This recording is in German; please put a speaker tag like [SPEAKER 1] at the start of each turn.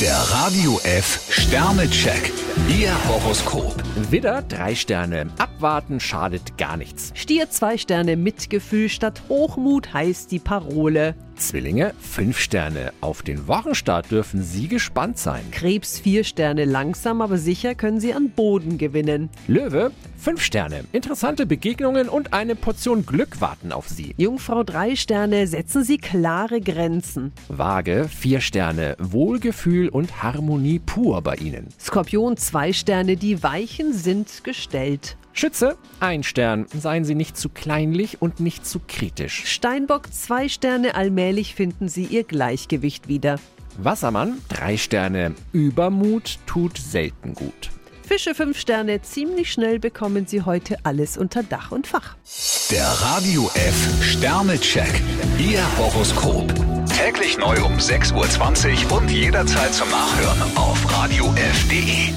[SPEAKER 1] Der Radio F Sternecheck. Ihr Horoskop.
[SPEAKER 2] Widder, drei Sterne. Abwarten schadet gar nichts.
[SPEAKER 3] Stier zwei Sterne Mitgefühl statt Hochmut heißt die Parole.
[SPEAKER 2] Zwillinge, fünf Sterne. Auf den Wochenstart dürfen Sie gespannt sein.
[SPEAKER 3] Krebs vier Sterne langsam, aber sicher können Sie an Boden gewinnen.
[SPEAKER 2] Löwe, fünf Sterne. Interessante Begegnungen und eine Portion Glück warten auf Sie.
[SPEAKER 3] Jungfrau drei Sterne setzen Sie klare Grenzen.
[SPEAKER 2] Waage, vier Sterne. Wohlgefühl und Harmonie pur bei Ihnen.
[SPEAKER 3] Skorpion zwei Sterne die Weichen sind gestellt.
[SPEAKER 2] Schütze, ein Stern. Seien Sie nicht zu kleinlich und nicht zu kritisch.
[SPEAKER 3] Steinbock zwei Sterne allmählich finden Sie Ihr Gleichgewicht wieder.
[SPEAKER 2] Wassermann, drei Sterne. Übermut tut selten gut.
[SPEAKER 3] Fische fünf Sterne ziemlich schnell bekommen Sie heute alles unter Dach und Fach.
[SPEAKER 1] Der Radio F Sternecheck. Ihr Horoskop. Täglich neu um 6.20 Uhr und jederzeit zum Nachhören auf Radio radiof.de.